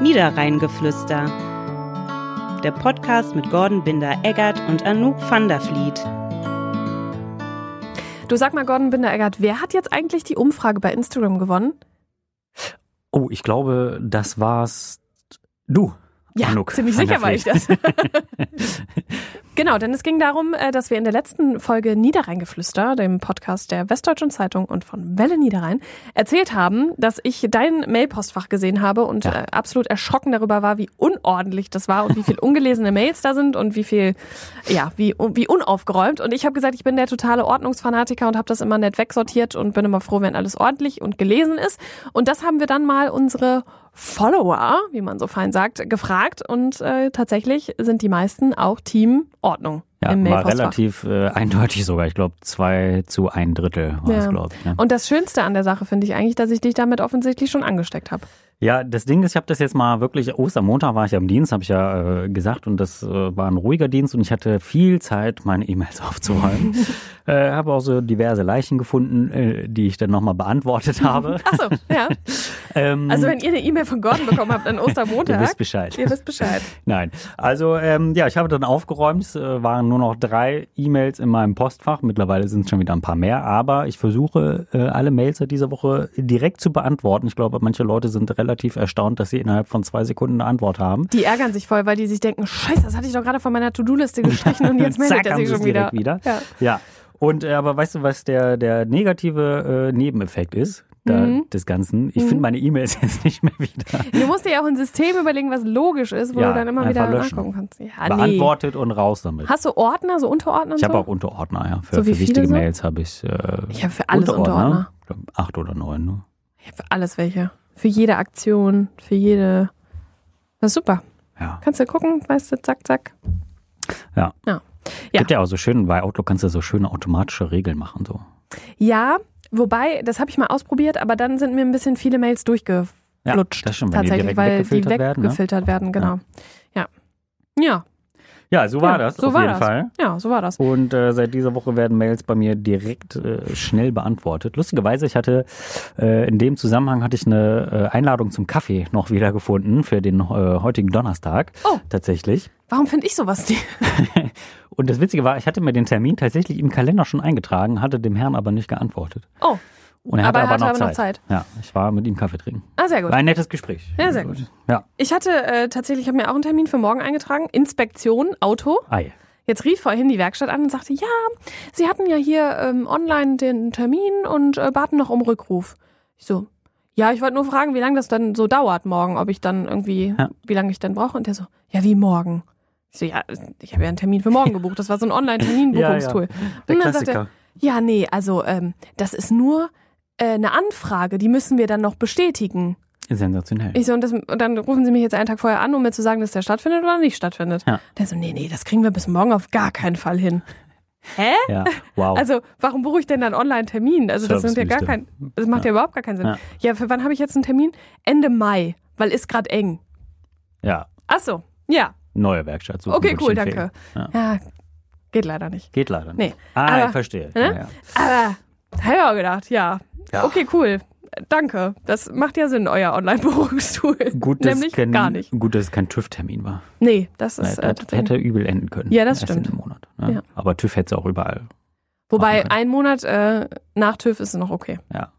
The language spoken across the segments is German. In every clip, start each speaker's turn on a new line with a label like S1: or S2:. S1: Niederrheingeflüster. Der Podcast mit Gordon Binder-Eggert und Anouk van der Vliet.
S2: Du sag mal, Gordon Binder-Eggert, wer hat jetzt eigentlich die Umfrage bei Instagram gewonnen?
S3: Oh, ich glaube, das war's du.
S2: Ja,
S3: Anouk
S2: ziemlich
S3: van der
S2: sicher war ich
S3: Vliet.
S2: das. genau, denn es ging darum, äh, dass wir in der letzten Folge Niederrheingeflüster, dem Podcast der Westdeutschen Zeitung und von Welle Niederrhein, erzählt haben, dass ich dein Mailpostfach gesehen habe und
S3: Ja.
S2: äh, absolut erschrocken darüber war, wie unordentlich das war und wie viel ungelesene Mails da sind und wie viel, ja, wie, wie unaufgeräumt. Und ich habe gesagt, ich bin der totale Ordnungsfanatiker und habe das immer nett wegsortiert und bin immer froh, wenn alles ordentlich und gelesen ist. Und das haben wir dann mal unsere Follower, wie man so fein sagt, gefragt und äh, tatsächlich sind die meisten auch Team Ordnung
S3: Ja,
S2: im
S3: war
S2: Mailpostfach.
S3: relativ äh, eindeutig sogar. Ich glaube, zwei zu ein Drittel war es,
S2: Ja.
S3: glaube ich. Ne?
S2: Und das Schönste an der Sache finde ich eigentlich, dass ich dich damit offensichtlich schon angesteckt habe.
S3: Ja, das Ding ist, ich habe das jetzt mal wirklich, Ostermontag war ich am Dienst, habe ich ja äh, gesagt, und das äh, war ein ruhiger Dienst und ich hatte viel Zeit, meine E-Mails aufzuräumen. äh, habe auch so diverse Leichen gefunden, äh, die ich dann nochmal beantwortet habe.
S2: Achso, ja.
S3: Ähm,
S2: Also wenn ihr eine E-Mail von Gordon bekommen habt an
S3: ihr
S2: Ostermontag,
S3: wisst Bescheid.
S2: ihr wisst Bescheid.
S3: Nein. Also ähm, ja, ich habe dann aufgeräumt. Es äh, waren nur noch drei E-Mails in meinem Postfach. Mittlerweile sind es schon wieder ein paar mehr. Aber ich versuche, äh, alle Mails seit dieser Woche direkt zu beantworten. Ich glaube, manche Leute sind relativ erstaunt, dass sie innerhalb von zwei Sekunden eine Antwort haben.
S2: Die ärgern sich voll, weil die sich denken, scheiße, das hatte ich doch gerade von meiner To-Do-Liste gestrichen und jetzt meldet
S3: Zack,
S2: er
S3: haben
S2: sich
S3: sie es
S2: schon wieder.
S3: direkt wieder.
S2: Ja.
S3: Ja. Und äh, aber weißt du, was der, der negative äh, Nebeneffekt ist da,
S2: Mhm.
S3: des Ganzen? Ich finde meine E-Mails jetzt nicht mehr wieder
S2: Du musst dir ja auch ein System überlegen, was logisch ist, wo
S3: Ja,
S2: du dann immer wieder
S3: einfach löschen.
S2: nachgucken kannst. Ja, Ah, nee.
S3: beantwortet und raus damit.
S2: Hast du Ordner, so Unterordner? und
S3: Ich habe
S2: so?
S3: auch Unterordner, ja. Für,
S2: So wie
S3: für
S2: viele
S3: wichtige
S2: so?
S3: Mails habe ich. Äh,
S2: Ich habe für alles Unterordner.
S3: Ich glaub, Acht oder neun, ne?
S2: Ich habe für alles welche. Für jede Aktion, für jede. Das ist super.
S3: Ja.
S2: Kannst du gucken, weißt du, zack, zack.
S3: Ja.
S2: Ja. Ja.
S3: Gibt ja auch so schön, bei Outlook kannst du so schöne automatische Regeln machen. So.
S2: Ja, wobei, das habe ich mal ausprobiert, aber dann sind mir ein bisschen viele Mails durchgeflutscht.
S3: Ja, das stimmt, wenn die
S2: tatsächlich,
S3: direkt
S2: weil
S3: weggefiltert
S2: die
S3: werden, ne?
S2: weggefiltert werden, genau. Ja. Ja.
S3: Ja, so
S2: ja,
S3: war das
S2: so
S3: auf
S2: war das.
S3: jeden Fall.
S2: Ja, so war das.
S3: Und äh, seit dieser Woche werden Mails bei mir direkt äh, schnell beantwortet. Lustigerweise, ich hatte äh, in dem Zusammenhang hatte ich eine äh, Einladung zum Kaffee noch wieder gefunden für den äh, heutigen Donnerstag.
S2: Oh.
S3: Tatsächlich.
S2: Warum finde ich sowas nicht?
S3: Und das Witzige war, ich hatte mir den Termin tatsächlich im Kalender schon eingetragen, hatte dem Herrn aber nicht geantwortet.
S2: Oh,
S3: Und er
S2: Aber
S3: hatte
S2: er
S3: aber,
S2: hatte
S3: noch,
S2: aber noch
S3: Zeit. Ja, ich war mit ihm Kaffee trinken.
S2: ah, sehr gut.
S3: War ein nettes Gespräch.
S2: Ja, sehr gut.
S3: Ja.
S2: Ich hatte äh, tatsächlich, ich habe mir auch einen Termin für morgen eingetragen. Inspektion, Auto.
S3: Ei.
S2: Jetzt rief vorhin die Werkstatt an und sagte, ja, sie hatten ja hier ähm, online den Termin und äh, baten noch um Rückruf. Ich so, ja, ich wollte nur fragen, wie lange das dann so dauert morgen, ob ich dann irgendwie,
S3: Ja.
S2: wie lange ich dann brauche. Und der so, ja, wie morgen? Ich so, ja, ich habe ja einen Termin für morgen gebucht. Das war so ein Online-Terminbuchungstool. Und dann sagte er, ja, nee, also ähm, das ist nur äh, eine Anfrage, die müssen wir dann noch bestätigen.
S3: Sensationell.
S2: Ich so, und, das, und dann rufen sie mich jetzt einen Tag vorher an, um mir zu sagen, dass der stattfindet oder nicht stattfindet.
S3: Ja.
S2: Der so, nee, nee, das kriegen wir bis morgen auf gar keinen Fall hin. Hä?
S3: ja, wow.
S2: Also, warum buche ich denn dann Online-Termin? Also, das, sind ja gar kein,
S3: Servicewüste.
S2: das macht ja. überhaupt gar keinen Sinn. Ja,
S3: Ja.
S2: für wann habe ich jetzt einen Termin? Ende Mai, weil ist gerade eng.
S3: ja,
S2: Ach so, ja.
S3: neue Werkstatt. suchen
S2: Okay,
S3: würde
S2: cool,
S3: ich empfehlen.
S2: danke.
S3: Ja.
S2: Ja, geht leider nicht.
S3: Geht leider nicht.
S2: Nee,
S3: Ah,
S2: aber-
S3: ich verstehe.
S2: Ne?
S3: Ja, ja.
S2: Aber, habe ich auch gedacht, ja. Okay, cool. Danke. Das macht ja Sinn, euer Online-Buchungstool.
S3: Gut, dass
S2: Nämlich
S3: kein,
S2: gar nicht.
S3: Gut, dass es kein TÜV-Termin war.
S2: Nee, das
S3: Das
S2: ist äh, tatsächlich-
S3: hätte übel enden können.
S2: Ja, das
S3: Erst
S2: stimmt.
S3: In einem Monat, ne?
S2: Ja.
S3: Aber TÜV hätte es auch überall.
S2: Wobei
S3: machen können.
S2: ein Monat äh, nach TÜV ist es noch okay.
S3: Ja.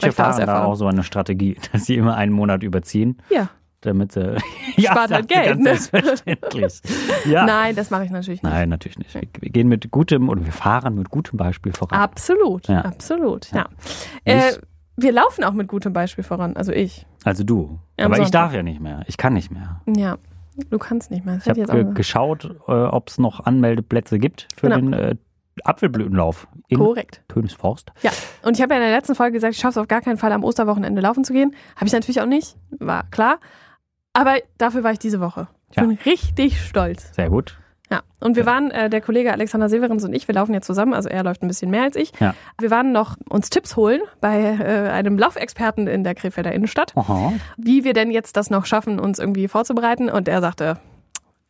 S2: spreche da aus
S3: fahren da
S2: Erfahrung.
S3: auch so eine Strategie, dass sie immer einen Monat überziehen,
S2: Ja.
S3: damit sie. ja,
S2: Spart halt
S3: das ist
S2: Geld,
S3: ganz
S2: ne?
S3: Selbstverständlich. Ja.
S2: Nein, das mache ich natürlich nicht.
S3: Nein, natürlich nicht. Wir, wir gehen mit gutem oder wir fahren mit gutem Beispiel voran.
S2: Absolut,
S3: Ja.
S2: absolut, ja.
S3: Ich-
S2: Äh, wir laufen auch mit gutem Beispiel voran, also ich.
S3: Also du.
S2: Am
S3: Aber ich
S2: Sonntag.
S3: darf ja nicht mehr. Ich kann nicht mehr.
S2: Ja, du kannst nicht mehr. Das
S3: Ich
S2: hätte
S3: habe
S2: ich jetzt auch
S3: ge
S2: gesagt.
S3: geschaut, äh, ob es noch Anmeldeplätze gibt für
S2: Genau.
S3: den äh, Apfelblütenlauf in
S2: Korrekt.
S3: Tönisforst.
S2: Ja, und ich habe ja in der letzten Folge gesagt, ich schaffe es auf gar keinen Fall, am Osterwochenende laufen zu gehen. Habe ich natürlich auch nicht, war klar. Aber dafür war ich diese Woche. Ich
S3: Ja.
S2: bin richtig stolz.
S3: Sehr gut.
S2: Ja, und wir waren, äh, der Kollege Alexander Severins und ich, wir laufen ja zusammen, also er läuft ein bisschen mehr als ich.
S3: Ja.
S2: Wir waren noch uns Tipps holen bei äh, einem Laufexperten in der Krefelder Innenstadt,
S3: Aha.
S2: wie wir denn jetzt das noch schaffen, uns irgendwie vorzubereiten. Und er sagte,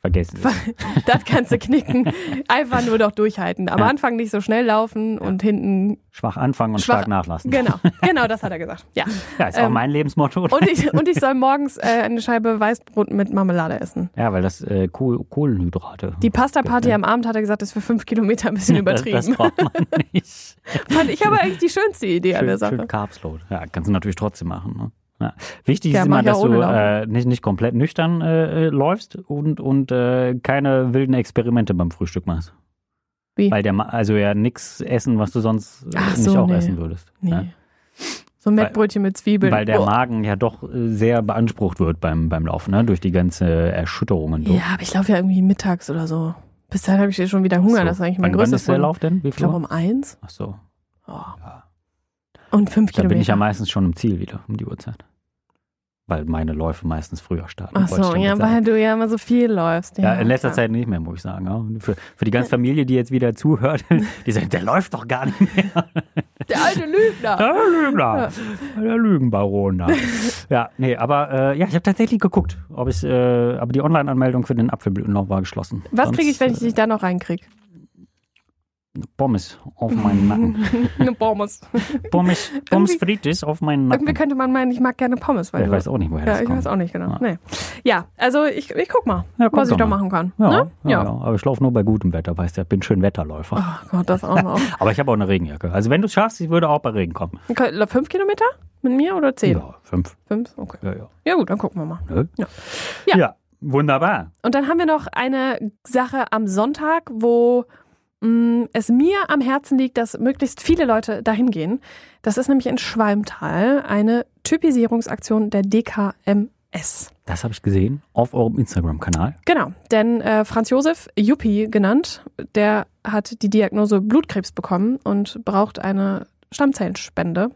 S3: Vergessen. Sie.
S2: Das kannst du knicken. Einfach nur doch durchhalten. Am Anfang nicht so schnell laufen und hinten.
S3: Schwach anfangen und
S2: schwach-
S3: stark nachlassen.
S2: Genau, genau das hat er gesagt. Ja.
S3: Ja, ist auch
S2: Ähm,
S3: mein Lebensmotto.
S2: Und ich, und ich soll morgens äh, eine Scheibe Weißbrot mit Marmelade essen.
S3: ja, weil das äh, Kohl Kohlenhydrate.
S2: Die Pasta-Party
S3: Ja.
S2: am Abend, hat er gesagt, ist für fünf Kilometer ein bisschen
S3: Das,
S2: übertrieben.
S3: das braucht man nicht.
S2: Fand ich aber eigentlich die schönste Idee an der
S3: schön,
S2: Sache.
S3: schön Carbs Load. Ja, kannst du natürlich trotzdem machen. Ne? Ja. Wichtig
S2: Ja,
S3: ist
S2: mach ich
S3: immer, dass
S2: auch
S3: du
S2: ohne
S3: äh, nicht, nicht komplett nüchtern äh, äh, läufst und, und äh, keine wilden Experimente beim Frühstück machst.
S2: Wie?
S3: Weil der Ma also ja nichts essen, was du sonst äh,
S2: Ach
S3: nicht
S2: so,
S3: auch
S2: nee.
S3: essen würdest. Ja?
S2: Nee. Oh. So ein Mettbrötchen mit Zwiebeln.
S3: Weil der
S2: Boah.
S3: Magen ja doch äh, sehr beansprucht wird beim, beim Laufen, ne? durch die ganze Erschütterung und so.
S2: Ja, aber ich laufe ja irgendwie mittags oder so. Bis dahin habe ich eh schon wieder Hunger.
S3: So.
S2: Das ist eigentlich mein
S3: Wann, wann
S2: größtes
S3: ist der
S2: Problem.
S3: Lauf denn? Wie
S2: Ich
S3: viel?
S2: glaube
S3: Uhr?
S2: um eins.
S3: Ach so,
S2: Oh.
S3: Ja.
S2: Und fünf
S3: da
S2: Kilometer.
S3: bin ich ja meistens schon im Ziel wieder um die Uhrzeit. Weil meine Läufe meistens früher starten.
S2: Ach
S3: wollte ich
S2: so,
S3: damit
S2: ja,
S3: sagen.
S2: weil du ja immer so viel läufst.
S3: Ja, in letzter
S2: klar.
S3: Zeit nicht mehr, muss ich sagen. ja. Für, für die ganze Familie, die jetzt wieder zuhört, die sagt, der läuft doch gar nicht mehr.
S2: Der alte Lügner.
S3: Der Lügner, der Lügenbaron. da. Ja, nee, aber äh, ja, ich habe tatsächlich geguckt, ob ich, äh, aber die Online-Anmeldung für den Apfelblütenlauf war geschlossen.
S2: Was
S3: Sonst,
S2: kriege ich, wenn ich
S3: äh,
S2: dich da noch reinkriege?
S3: Pommes auf meinen Nacken.
S2: Eine Pommes.
S3: Pommes, Pommes Frites auf meinen
S2: Irgendwie
S3: Nacken.
S2: könnte man meinen, ich mag gerne Pommes. Weil
S3: Ich
S2: du-
S3: weiß auch nicht, woher
S2: ja,
S3: das
S2: ich
S3: kommt.
S2: weiß auch nicht genau. Ja,
S3: Ja.
S2: nee. ja also ich, ich guck mal,
S3: Ja, guck
S2: was ich
S3: doch
S2: da
S3: mal.
S2: machen kann.
S3: Ja,
S2: ne?
S3: ja, ja. aber ich laufe nur bei gutem Wetter, weißt du, ich bin schön Wetterläufer.
S2: Oh Gott, das auch noch.
S3: Aber ich habe auch eine Regenjacke. Also wenn du es schaffst, ich würde auch bei Regen kommen.
S2: Okay, Fünf Kilometer mit mir oder zehn?
S3: Ja, fünf.
S2: Fünf? Okay.
S3: Ja, ja.
S2: Ja gut, dann gucken wir mal.
S3: Ne?
S2: Ja. Ja.
S3: ja, wunderbar.
S2: Und dann haben wir noch eine Sache am Sonntag, wo mh, es mir am Herzen liegt, dass möglichst viele Leute dahin gehen. Das ist nämlich in Schwalmtal eine Typisierungsaktion der DKMS.
S3: Das habe ich gesehen auf eurem Instagram-Kanal.
S2: Genau, denn äh, Franz Josef, Juppie genannt, der hat die Diagnose Blutkrebs bekommen und braucht eine Stammzellenspende.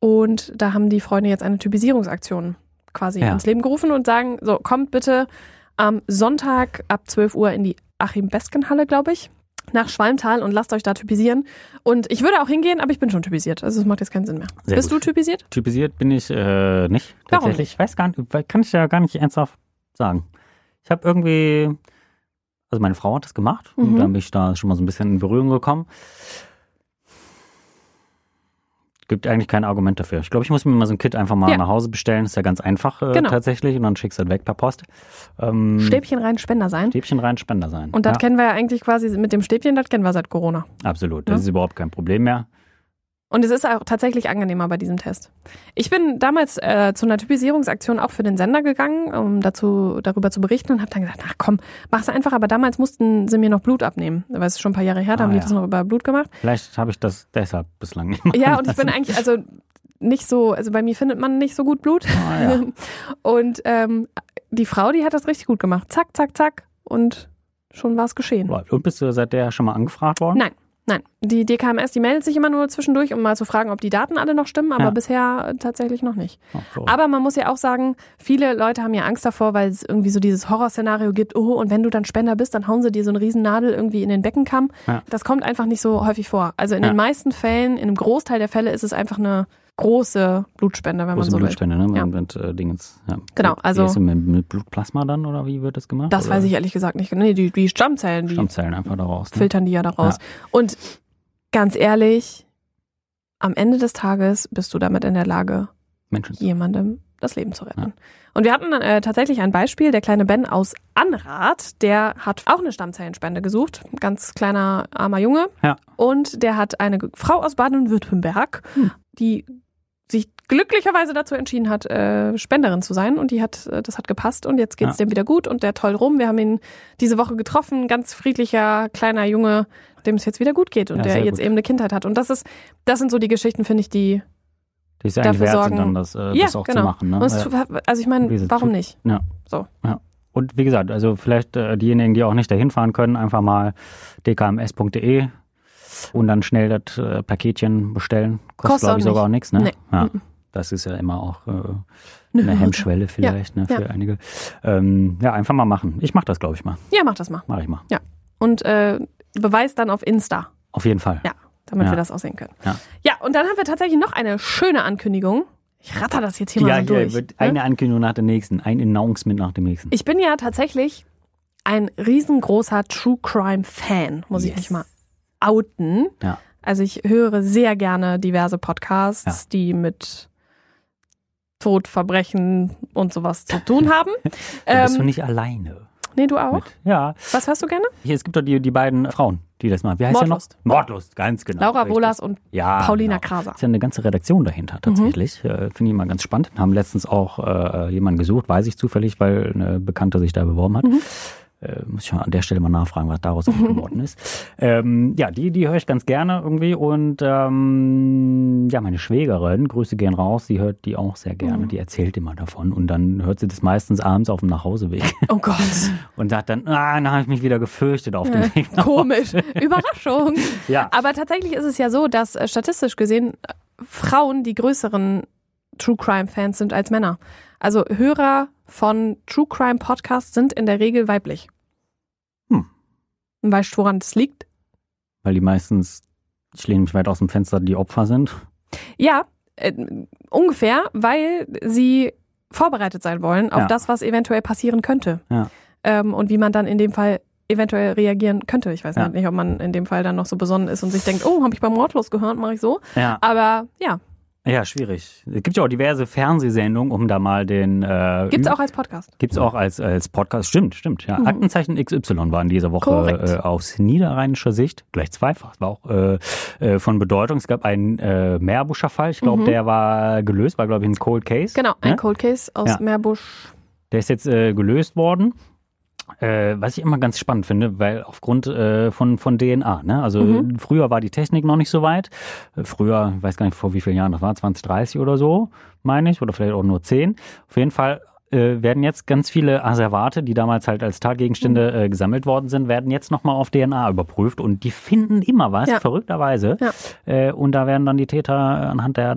S2: Und da haben die Freunde jetzt eine Typisierungsaktion quasi
S3: Ja.
S2: ins Leben gerufen und sagen, so kommt bitte am Sonntag ab 12 Uhr in die Achim-Besken-Halle, glaube ich, nach Schwalmtal und lasst euch da typisieren. Und ich würde auch hingehen, aber ich bin schon typisiert. Also es macht jetzt keinen Sinn mehr.
S3: Sehr
S2: Bist
S3: gut.
S2: du typisiert?
S3: Typisiert bin ich äh, nicht.
S2: Warum
S3: Tatsächlich. Ich weiß gar nicht, kann ich ja gar nicht ernsthaft sagen. Ich habe irgendwie, also meine Frau hat das gemacht
S2: Mhm.
S3: und dann bin ich da schon mal so ein bisschen in Berührung gekommen. Gibt eigentlich kein Argument dafür. Ich glaube, ich muss mir mal so ein Kit einfach mal
S2: Ja.
S3: nach Hause bestellen. Ist ja ganz einfach äh,
S2: Genau.
S3: tatsächlich und dann schickst du das weg per Post. Ähm,
S2: Stäbchen rein, Spender sein.
S3: Stäbchen rein, Spender sein.
S2: Und das
S3: ja,
S2: kennen wir ja eigentlich quasi mit dem Stäbchen, das kennen wir seit Corona.
S3: absolut.
S2: Ja.
S3: Das ist überhaupt kein Problem mehr.
S2: Und es ist auch tatsächlich angenehmer bei diesem Test. Ich bin damals äh, zu einer Typisierungsaktion auch für den Sender gegangen, um dazu, darüber zu berichten und habe dann gesagt, ach komm, mach's einfach. Aber damals mussten sie mir noch Blut abnehmen, weil es ist schon ein paar Jahre her, da
S3: Ah,
S2: haben die
S3: ja.
S2: das noch über Blut gemacht.
S3: Vielleicht habe ich das deshalb bislang nicht gemacht.
S2: Ja, und ich bin eigentlich, also nicht so, also bei mir findet man nicht so gut Blut.
S3: Ah, ja.
S2: Und ähm, die Frau, die hat das richtig gut gemacht. Zack, zack, zack. Und schon war's geschehen.
S3: Läuft. Und bist du seit der schon mal angefragt worden?
S2: Nein. Nein, die DKMS, die meldet sich immer nur zwischendurch, um mal zu fragen, ob die Daten alle noch stimmen, aber
S3: Ja.
S2: bisher äh, tatsächlich noch nicht.
S3: Oh, verrückt.
S2: Aber man muss ja auch sagen, viele Leute haben ja Angst davor, weil es irgendwie so dieses Horrorszenario gibt, oh, und wenn du dann Spender bist, dann hauen sie dir so eine Riesennadel irgendwie in den Beckenkamm.
S3: Ja.
S2: Das kommt einfach nicht so häufig vor. Also in
S3: Ja.
S2: den meisten Fällen, in einem Großteil der Fälle ist es einfach eine große Blutspende, wenn man
S3: Große
S2: so will.
S3: Blutspende, ne?
S2: Ja.
S3: Mit, äh, Dingens, ja.
S2: Genau,
S3: Wie-
S2: also-
S3: wie ist denn mit, mit Blutplasma dann oder wie wird das gemacht?
S2: Das
S3: oder?
S2: weiß ich ehrlich gesagt nicht. Nee, die, die Stammzellen, die
S3: Stammzellen einfach daraus. Ne?
S2: filtern die ja da raus. Und ganz ehrlich, am Ende des Tages bist du damit in der Lage,
S3: Menschen.
S2: jemandem das Leben zu retten. Und wir hatten äh, tatsächlich ein Beispiel, der kleine Ben aus Anrath, der hat auch eine Stammzellenspende gesucht, ein ganz kleiner armer Junge.
S3: Ja.
S2: Und der hat eine G- Frau aus Baden-Württemberg,
S3: Hm.
S2: die sich glücklicherweise dazu entschieden hat, äh, Spenderin zu sein und die hat, äh, das hat gepasst und jetzt geht's dem wieder gut und der toll rum. Wir haben ihn diese Woche getroffen, ganz friedlicher, kleiner Junge, dem es jetzt wieder gut geht und
S3: Ja,
S2: der
S3: sehr
S2: jetzt
S3: gut.
S2: eben eine Kindheit hat. Und das ist, das sind so die Geschichten, finde ich, die
S3: Die ist ja eigentlich
S2: dafür
S3: wert,
S2: sorgen- genau.
S3: sind dann das, äh, das auch zu machen. Ne?
S2: und es
S3: Ja.
S2: tut- also ich meine,
S3: Wie sie
S2: warum
S3: tut-
S2: nicht?
S3: Und wie gesagt, also vielleicht äh, diejenigen, die auch nicht dahin fahren können, einfach mal dkms.de und dann schnell das äh, Paketchen bestellen.
S2: Kostet
S3: Kostet, glaube
S2: auch
S3: ich, sogar auch nichts. Ne?
S2: Nee.
S3: Ja. Das ist ja immer auch äh,
S2: Nö.
S3: eine Hemmschwelle vielleicht ne, für
S2: Ja.
S3: einige. Ähm, ja, einfach mal machen. Ich mache das, glaube ich, mal.
S2: Ja, mach das mal.
S3: Mache ich mal.
S2: Und äh, beweis dann auf Insta,
S3: Auf jeden Fall.
S2: Ja. damit
S3: Ja.
S2: wir das auch sehen können.
S3: Ja.
S2: ja, und dann haben wir tatsächlich noch eine schöne Ankündigung. Ich ratter das jetzt hier mal so
S3: hier
S2: durch.
S3: wird
S2: ne?
S3: eine Ankündigung nach dem nächsten, ein Announcement nach dem nächsten.
S2: Ich bin ja tatsächlich ein riesengroßer True Crime Fan, muss ich
S3: Yes.
S2: mich mal outen.
S3: Ja.
S2: Also ich höre sehr gerne diverse Podcasts,
S3: Ja.
S2: die mit Tod, Verbrechen und sowas zu tun haben.
S3: Da bist du
S2: Ähm,
S3: nicht alleine.
S2: nee, du auch?
S3: Mit. Ja.
S2: Was hörst du gerne?
S3: Hier, es gibt doch die, die beiden Frauen, die das machen. Wie heißt
S2: Mordlust.
S3: der noch? Mordlust, ganz genau.
S2: Laura
S3: richtig.
S2: Wohlers und
S3: ja,
S2: Paulina
S3: genau.
S2: Kraser.
S3: ist ja eine ganze Redaktion dahinter tatsächlich. Äh, Finde ich mal ganz spannend. Haben letztens auch äh, jemanden gesucht, weiß ich zufällig, weil eine Bekannte sich da beworben hat. Äh, muss ich mal an der Stelle mal nachfragen, was daraus eigentlich geworden ist. Ähm, ja, die, die höre ich ganz gerne irgendwie. Und ähm, ja, meine Schwägerin, Grüße gehen raus, sie hört die auch sehr gerne. Die erzählt immer davon. Und dann hört sie das meistens abends auf dem Nachhauseweg
S2: Oh Gott,
S3: und sagt dann, ah, dann habe ich mich wieder gefürchtet auf dem Weg. nach Hause."
S2: komisch. Überraschung.
S3: Ja.
S2: Aber tatsächlich ist es ja so, dass äh, statistisch gesehen äh, Frauen die größeren True Crime Fans sind als Männer. Also Hörer von True Crime Podcasts sind in der Regel weiblich.
S3: Hm.
S2: Und Weißt du, woran das liegt?
S3: Weil die meistens, ich lehne mich weit aus dem Fenster, die Opfer sind.
S2: Ja, äh, ungefähr, weil sie vorbereitet sein wollen auf
S3: Ja.
S2: das, was eventuell passieren könnte.
S3: Ja.
S2: Ähm, und wie man dann in dem Fall eventuell reagieren könnte. Ich weiß halt
S3: Ja.
S2: nicht, ob man in dem Fall dann noch so besonnen ist und sich denkt, oh, habe ich beim Mordlos gehört, mache ich so.
S3: Ja.
S2: Aber ja,
S3: Ja, schwierig. Es gibt ja auch diverse Fernsehsendungen, um da mal den. Äh,
S2: gibt's
S3: Ü-
S2: auch als Podcast.
S3: Gibt's auch als, als Podcast. Stimmt, stimmt. Ja.
S2: Mhm.
S3: Aktenzeichen XY waren diese Woche
S2: Korrekt.
S3: äh, aus niederrheinischer Sicht gleich zweifach. War auch äh, äh, von Bedeutung. Es gab einen äh, Meerbuscher Fall. Ich glaube,
S2: Mhm.
S3: der war gelöst, war, glaube ich, ein Cold Case.
S2: Genau, ein
S3: Ne?
S2: Cold Case aus
S3: Ja.
S2: Meerbusch.
S3: Der ist jetzt äh, gelöst worden. Äh, was ich immer ganz spannend finde, weil aufgrund äh, von, von DNA, ne? Also
S2: Mhm.
S3: früher war die Technik noch nicht so weit. Äh, Früher, ich weiß gar nicht vor wie vielen Jahren das war, 20, 30 oder so, meine ich, oder vielleicht auch nur 10. Auf jeden Fall äh, werden jetzt ganz viele Asservate, die damals halt als Tatgegenstände
S2: Mhm.
S3: äh, gesammelt worden sind, werden jetzt nochmal auf DNA überprüft und die finden immer was,
S2: Ja.
S3: verrückterweise.
S2: Ja.
S3: Äh, und da werden dann die Täter anhand der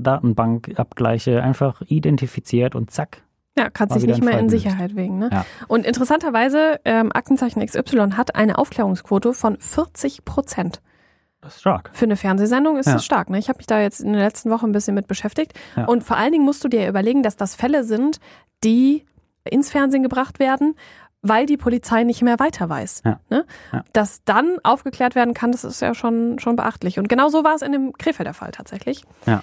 S3: Datenbankabgleiche einfach identifiziert und zack.
S2: Ja, kann
S3: War
S2: sich
S3: wieder
S2: nicht
S3: ein
S2: mehr
S3: Fall
S2: in
S3: gelöst.
S2: Sicherheit wegen. Ne?
S3: Ja.
S2: Und interessanterweise, ähm, Aktenzeichen XY hat eine Aufklärungsquote von 40 Prozent.
S3: Das ist stark.
S2: Für eine Fernsehsendung ist
S3: Ja.
S2: das stark. Ne? Ich habe mich da jetzt in der letzten Woche ein bisschen mit beschäftigt.
S3: Ja.
S2: Und vor allen Dingen musst du dir überlegen, dass das Fälle sind, die ins Fernsehen gebracht werden, weil die Polizei nicht mehr weiter weiß.
S3: Ja.
S2: Ne?
S3: Ja.
S2: Dass dann aufgeklärt werden kann, das ist ja schon, schon beachtlich. Und genau so war es in dem Krefelder Fall tatsächlich.
S3: Ja.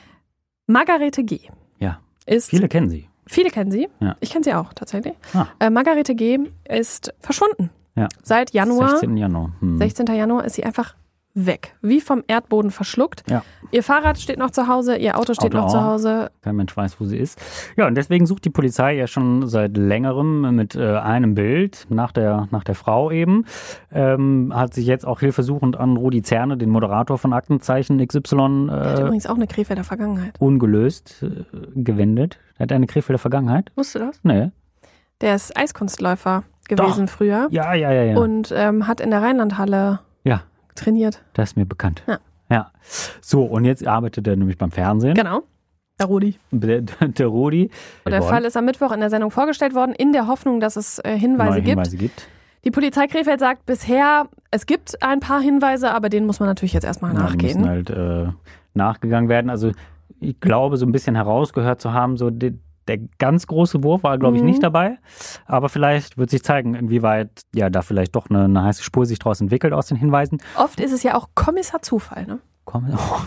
S2: Margarete G.
S3: Ja.
S2: Ist
S3: Viele kennen sie.
S2: Viele kennen sie.
S3: Ja.
S2: Ich kenne sie auch tatsächlich.
S3: Ah.
S2: Äh, Margarete G. ist verschwunden.
S3: Ja.
S2: Seit Januar, 16.
S3: 16. Januar. Hm.
S2: Januar, ist sie einfach weg. Wie vom Erdboden verschluckt.
S3: Ja.
S2: Ihr Fahrrad steht noch zu Hause, ihr Auto steht
S3: Auto
S2: noch zu
S3: auch.
S2: Hause.
S3: Kein Mensch weiß, wo sie ist. Ja, und deswegen sucht die Polizei ja schon seit längerem mit äh, einem Bild nach der, nach der Frau eben. Ähm, hat sich jetzt auch hilfesuchend an Rudi Zerne, den Moderator von Aktenzeichen XY,
S2: Der hat
S3: äh,
S2: übrigens auch eine Krefelder Vergangenheit.
S3: ungelöst äh, gewendet. Er hat eine Krefelder Vergangenheit.
S2: Wusstest du das?
S3: Nee.
S2: Der ist Eiskunstläufer gewesen früher
S3: Ja, ja, ja, ja.
S2: und ähm, hat in der Rheinlandhalle
S3: ja,
S2: trainiert.
S3: das ist mir bekannt.
S2: Ja.
S3: ja. So, und jetzt arbeitet er nämlich beim Fernsehen.
S2: Genau. Der Rudi.
S3: Der, der Rudi.
S2: Der Fall ist am Mittwoch in der Sendung vorgestellt worden, in der Hoffnung, dass es äh, Hinweise
S3: Neue
S2: gibt.
S3: Hinweise gibt.
S2: Die Polizei Krefeld sagt bisher, es gibt ein paar Hinweise, aber denen muss man natürlich jetzt erstmal
S3: Ja, die
S2: nachgehen.
S3: müssen halt äh, nachgegangen werden. Also ich glaube, so ein bisschen herausgehört zu haben, so de, der ganz große Wurf war, glaube ich,
S2: Mhm.
S3: nicht dabei. Aber vielleicht wird sich zeigen, inwieweit ja da vielleicht doch eine, eine heiße Spur sich daraus entwickelt aus den Hinweisen.
S2: Oft ist es ja auch Kommissar Zufall, ne?
S3: Komm, oh,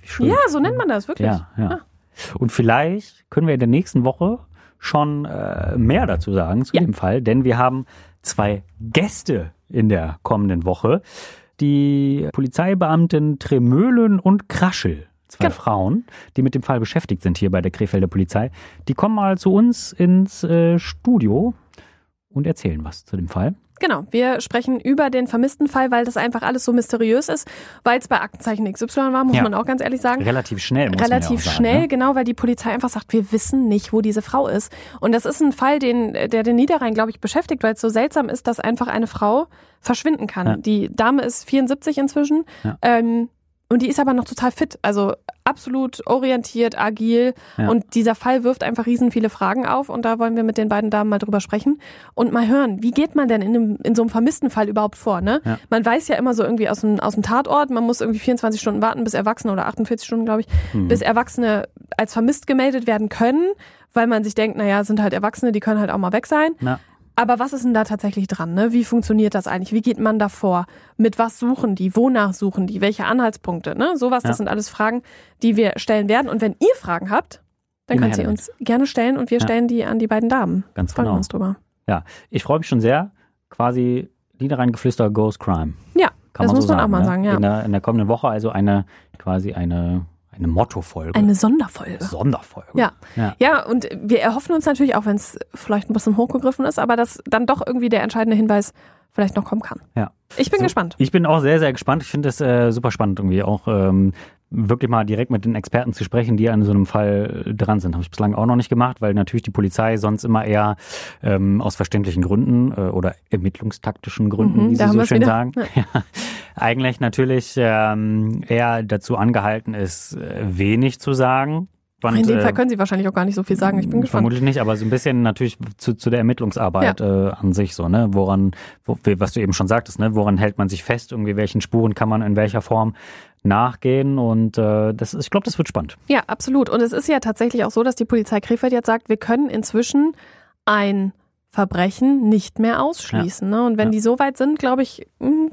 S3: wie schön.
S2: Ja, so nennt man das wirklich.
S3: ja, ja. Ah. Und vielleicht können wir in der nächsten Woche schon äh, mehr dazu sagen zu
S2: Ja.
S3: dem Fall, denn wir haben zwei Gäste in der kommenden Woche. Die Polizeibeamten Tremöhlen und Kraschel, zwei
S2: Genau.
S3: Frauen, die mit dem Fall beschäftigt sind hier bei der Krefelder Polizei, die kommen mal zu uns ins äh, Studio und erzählen was zu dem Fall.
S2: Genau, wir sprechen über den vermissten Fall, weil das einfach alles so mysteriös ist, weil es bei Aktenzeichen XY war, muss
S3: Ja.
S2: man auch ganz ehrlich sagen.
S3: Relativ schnell, muss man ja
S2: Relativ
S3: auch sagen,
S2: schnell,
S3: Ne?
S2: genau, weil die Polizei einfach sagt, wir wissen nicht, wo diese Frau ist. Und das ist ein Fall, den, der den Niederrhein, glaube ich, beschäftigt, weil es so seltsam ist, dass einfach eine Frau verschwinden kann.
S3: Ja.
S2: Die Dame ist 74 inzwischen
S3: Ja.
S2: ähm, und die ist aber noch total fit, also absolut orientiert, agil.
S3: Ja.
S2: Und dieser Fall wirft einfach riesen viele Fragen auf und da wollen wir mit den beiden Damen mal drüber sprechen und mal hören, wie geht man denn in, einem, in so einem vermissten Fall überhaupt vor? Ne?
S3: Ja.
S2: Man weiß ja immer so irgendwie aus dem, aus dem Tatort, man muss irgendwie 24 Stunden warten, bis Erwachsene oder 48 Stunden, glaube ich,
S3: Mhm.
S2: bis Erwachsene als vermisst gemeldet werden können, weil man sich denkt, naja, es sind halt Erwachsene, die können halt auch mal weg sein.
S3: ne? Na,
S2: Aber was ist denn da tatsächlich dran? Ne? Wie funktioniert das eigentlich? Wie geht man da vor? Mit was suchen die? Wonach suchen die? Welche Anhaltspunkte? Ne? Sowas,
S3: Ja.
S2: das sind alles Fragen, die wir stellen werden. Und wenn ihr Fragen habt, dann
S3: Immer
S2: könnt
S3: her
S2: ihr
S3: damit.
S2: uns gerne stellen und wir
S3: Ja.
S2: stellen die an die beiden Damen.
S3: Ganz
S2: Freuen wir
S3: genau.
S2: uns drüber.
S3: Ja, ich freue mich schon sehr. Quasi Liedereingeflüster Goes Crime.
S2: Ja,
S3: Kann
S2: das
S3: man
S2: muss
S3: so
S2: man auch
S3: sagen,
S2: mal
S3: ne?
S2: sagen, ja.
S3: In der, in der kommenden Woche also eine, quasi eine, eine Mottofolge.
S2: Eine Sonderfolge.
S3: Sonderfolge.
S2: Ja.
S3: ja.
S2: Ja, und wir erhoffen uns natürlich, auch wenn es vielleicht ein bisschen hochgegriffen ist, aber dass dann doch irgendwie der entscheidende Hinweis vielleicht noch kommen kann.
S3: Ja.
S2: Ich bin
S3: So,
S2: gespannt.
S3: Ich bin auch sehr, sehr gespannt. Ich finde es äh, super spannend, irgendwie auch ähm, wirklich mal direkt mit den Experten zu sprechen, die an so einem Fall äh, dran sind. Habe ich bislang auch noch nicht gemacht, weil natürlich die Polizei sonst immer eher ähm, aus verständlichen Gründen äh, oder ermittlungstaktischen Gründen,
S2: Mhm,
S3: wie
S2: da
S3: sie
S2: haben
S3: so
S2: wir's
S3: schön
S2: wieder.
S3: sagen, ja, eigentlich natürlich ähm, eher dazu angehalten ist, äh, wenig zu sagen. Und,
S2: In dem
S3: äh,
S2: Fall können Sie wahrscheinlich auch gar nicht so viel sagen. Ich bin gespannt.
S3: Vermutlich nicht, aber so ein bisschen natürlich zu, zu der Ermittlungsarbeit äh, an sich so, ne? Woran, wo, was du eben schon sagtest, ne? Woran hält man sich fest? Irgendwie welchen Spuren kann man in welcher Form nachgehen? Und äh, das, ist- ich glaube, das wird spannend.
S2: Ja, absolut. Und es ist ja tatsächlich auch so, dass die Polizei Krefeld jetzt sagt, wir können inzwischen ein Verbrechen nicht mehr ausschließen. Ne? Und wenn
S3: Ja.
S2: die so weit sind, glaube ich, mh,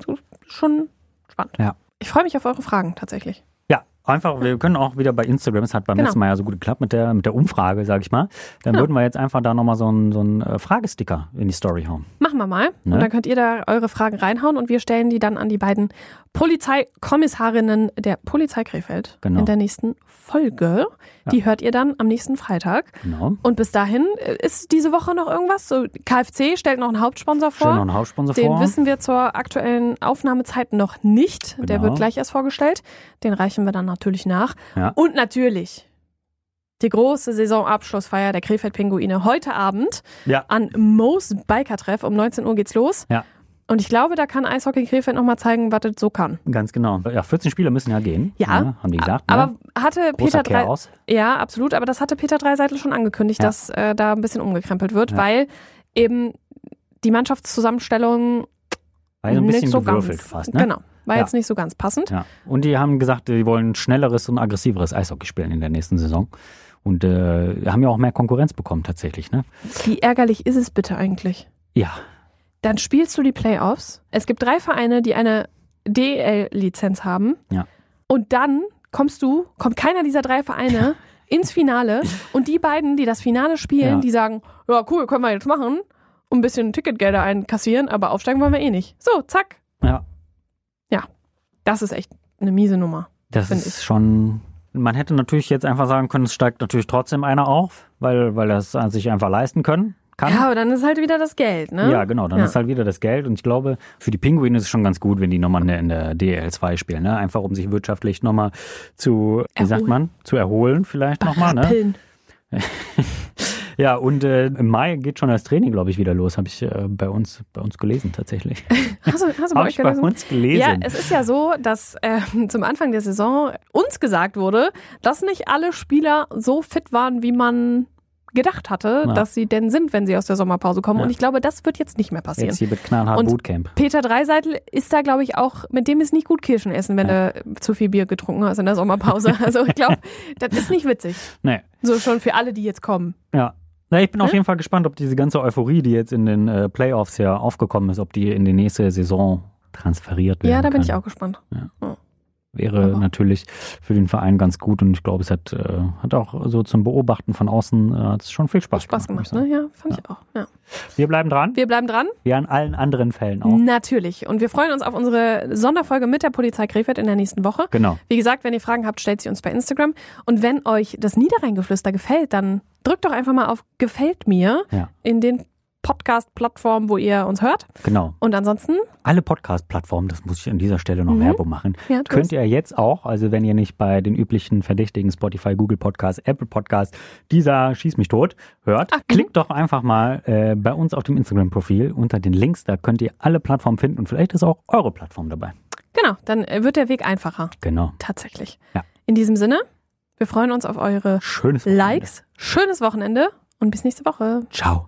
S2: schon spannend.
S3: Ja.
S2: Ich freue mich auf eure Fragen tatsächlich.
S3: Ja, einfach, wir können auch wieder bei Instagram, es hat beim
S2: Genau.
S3: letzten Mal ja so gut geklappt mit der, mit der Umfrage, sag ich mal. Dann
S2: Genau.
S3: würden wir jetzt einfach da nochmal so einen so einen, äh, Fragesticker in die Story hauen.
S2: Machen wir mal.
S3: Ne?
S2: Und dann könnt ihr da eure Fragen reinhauen und wir stellen die dann an die beiden Polizeikommissarinnen der Polizei Krefeld
S3: Genau.
S2: in der nächsten Folge. Die hört ihr dann am nächsten Freitag.
S3: Genau.
S2: Und bis dahin äh, ist diese Woche noch irgendwas. So, KFC stellt noch einen Hauptsponsor vor.
S3: Stellen noch einen Hauptsponsor
S2: Den
S3: vor.
S2: wissen wir zur aktuellen Aufnahmezeit noch nicht. Der
S3: Genau.
S2: wird gleich erst vorgestellt. Den reichen wir dann natürlich nach.
S3: Ja.
S2: Und natürlich die große Saisonabschlussfeier der Krefeld-Pinguine heute Abend
S3: Ja.
S2: an Moos Biker-Treff. Um 19 Uhr geht's los.
S3: Ja.
S2: Und ich glaube, da kann Eishockey Krefeld nochmal zeigen, was das so kann.
S3: Ganz genau. Ja, 14 Spieler müssen ja gehen.
S2: Ja.
S3: ne? haben die gesagt. ne?
S2: Aber hatte Peter
S3: Großer Kehr
S2: Drei
S3: aus.
S2: Ja, absolut. Aber das hatte Peter Dreiseitel schon angekündigt,
S3: Ja.
S2: dass äh, da ein bisschen umgekrempelt wird,
S3: Ja.
S2: weil eben die Mannschaftszusammenstellung
S3: War ja so ein
S2: nicht
S3: bisschen
S2: so
S3: gewürfelt
S2: ganz,
S3: fast, ne?
S2: Genau. War
S3: Ja.
S2: jetzt nicht so ganz passend.
S3: Ja. Und die haben gesagt, die wollen schnelleres und aggressiveres Eishockey spielen in der nächsten Saison. Und äh, haben ja auch mehr Konkurrenz bekommen tatsächlich, ne?
S2: Wie ärgerlich ist es bitte eigentlich?
S3: Ja,
S2: Dann spielst du die Playoffs. Es gibt drei Vereine, die eine DL-Lizenz haben.
S3: Ja.
S2: Und dann kommst du, kommt keiner dieser drei Vereine ins Finale. Und die beiden, die das Finale spielen,
S3: Ja.
S2: die sagen, ja cool, können wir jetzt machen. Und ein bisschen Ticketgelder einkassieren, aber aufsteigen wollen wir eh nicht. So, zack.
S3: ja.
S2: Das ist echt eine miese Nummer.
S3: Das
S2: Finde
S3: ist schon. Man hätte natürlich jetzt einfach sagen können, es steigt natürlich trotzdem einer auf, weil, weil das an sich einfach leisten können kann.
S2: Ja, aber dann ist halt wieder das Geld, ne?
S3: Ja, genau, dann
S2: Ja.
S3: ist halt wieder das Geld. Und ich glaube, für die Pinguine ist es schon ganz gut, wenn die nochmal in der, in der DL2 spielen. Ne? Einfach um sich wirtschaftlich nochmal zu, wie sagt
S2: Erholen.
S3: man, zu erholen vielleicht nochmal. Ne?
S2: Pillen.
S3: Ja, und äh, im Mai geht schon das Training, glaube ich, wieder los. Habe ich äh, bei, uns, bei uns gelesen tatsächlich.
S2: Hast du, hast du bei
S3: Habe
S2: euch
S3: ich bei
S2: gelesen?
S3: uns gelesen.
S2: Ja, es ist ja so, dass ähm, zum Anfang der Saison uns gesagt wurde, dass nicht alle Spieler so fit waren, wie man gedacht hatte,
S3: Ja.
S2: dass sie denn sind, wenn sie aus der Sommerpause kommen.
S3: Ja.
S2: Und ich glaube, das wird jetzt nicht mehr passieren.
S3: Jetzt hier mit knallhart
S2: Und-
S3: Bootcamp.
S2: Peter Dreiseitel ist da, glaube ich, auch, mit dem ist nicht gut Kirschen essen, wenn du zu viel Bier getrunken hast in der Sommerpause. Also ich glaube, das ist nicht witzig.
S3: Nee,
S2: So schon für alle, die jetzt kommen.
S3: ja. Na, ich bin auf
S2: Ne?
S3: jeden Fall gespannt, ob diese ganze Euphorie, die jetzt in den äh, Playoffs ja aufgekommen ist, ob die in die nächste Saison transferiert werden
S2: Ja, da bin
S3: kann.
S2: ich auch gespannt.
S3: Wäre
S2: Aber-
S3: natürlich für den Verein ganz gut und ich glaube, es hat, äh, hat auch so zum Beobachten von außen äh, hat es schon viel Spaß,
S2: Spaß gemacht,
S3: muss
S2: ne? Ja, fand ich auch. Ja.
S3: ich sagen. Wir bleiben dran,
S2: Wir bleiben dran.
S3: wie an allen anderen Fällen auch.
S2: Mhm. Natürlich. Und wir freuen uns auf unsere Sonderfolge mit der Polizei Krefeld in der nächsten Woche.
S3: Genau.
S2: Wie gesagt, wenn ihr Fragen habt, stellt sie uns bei Instagram. Und wenn euch das Niederrheingeflüster gefällt, dann drückt doch einfach mal auf Gefällt mir
S3: Ja.
S2: in den Podcast-Plattformen, wo ihr uns hört.
S3: Genau.
S2: Und ansonsten,
S3: Alle Podcast-Plattformen, das muss ich an dieser Stelle noch
S2: Mhm.
S3: Werbung machen,
S2: ja, tu
S3: Könnt
S2: es.
S3: ihr jetzt auch, also wenn ihr nicht bei den üblichen verdächtigen Spotify, Google Podcast, Apple Podcast, dieser Schieß mich tot hört,
S2: Ach, mhm.
S3: klickt doch einfach mal äh, bei uns auf dem Instagram-Profil unter den Links. Da könnt ihr alle Plattformen finden und vielleicht ist auch eure Plattform dabei.
S2: genau, dann äh, wird der Weg einfacher.
S3: Genau.
S2: Tatsächlich.
S3: Ja.
S2: In diesem Sinne, wir freuen uns auf eure
S3: Schönes Wochenende.
S2: Likes. Schönes Wochenende und bis nächste Woche.
S3: Ciao.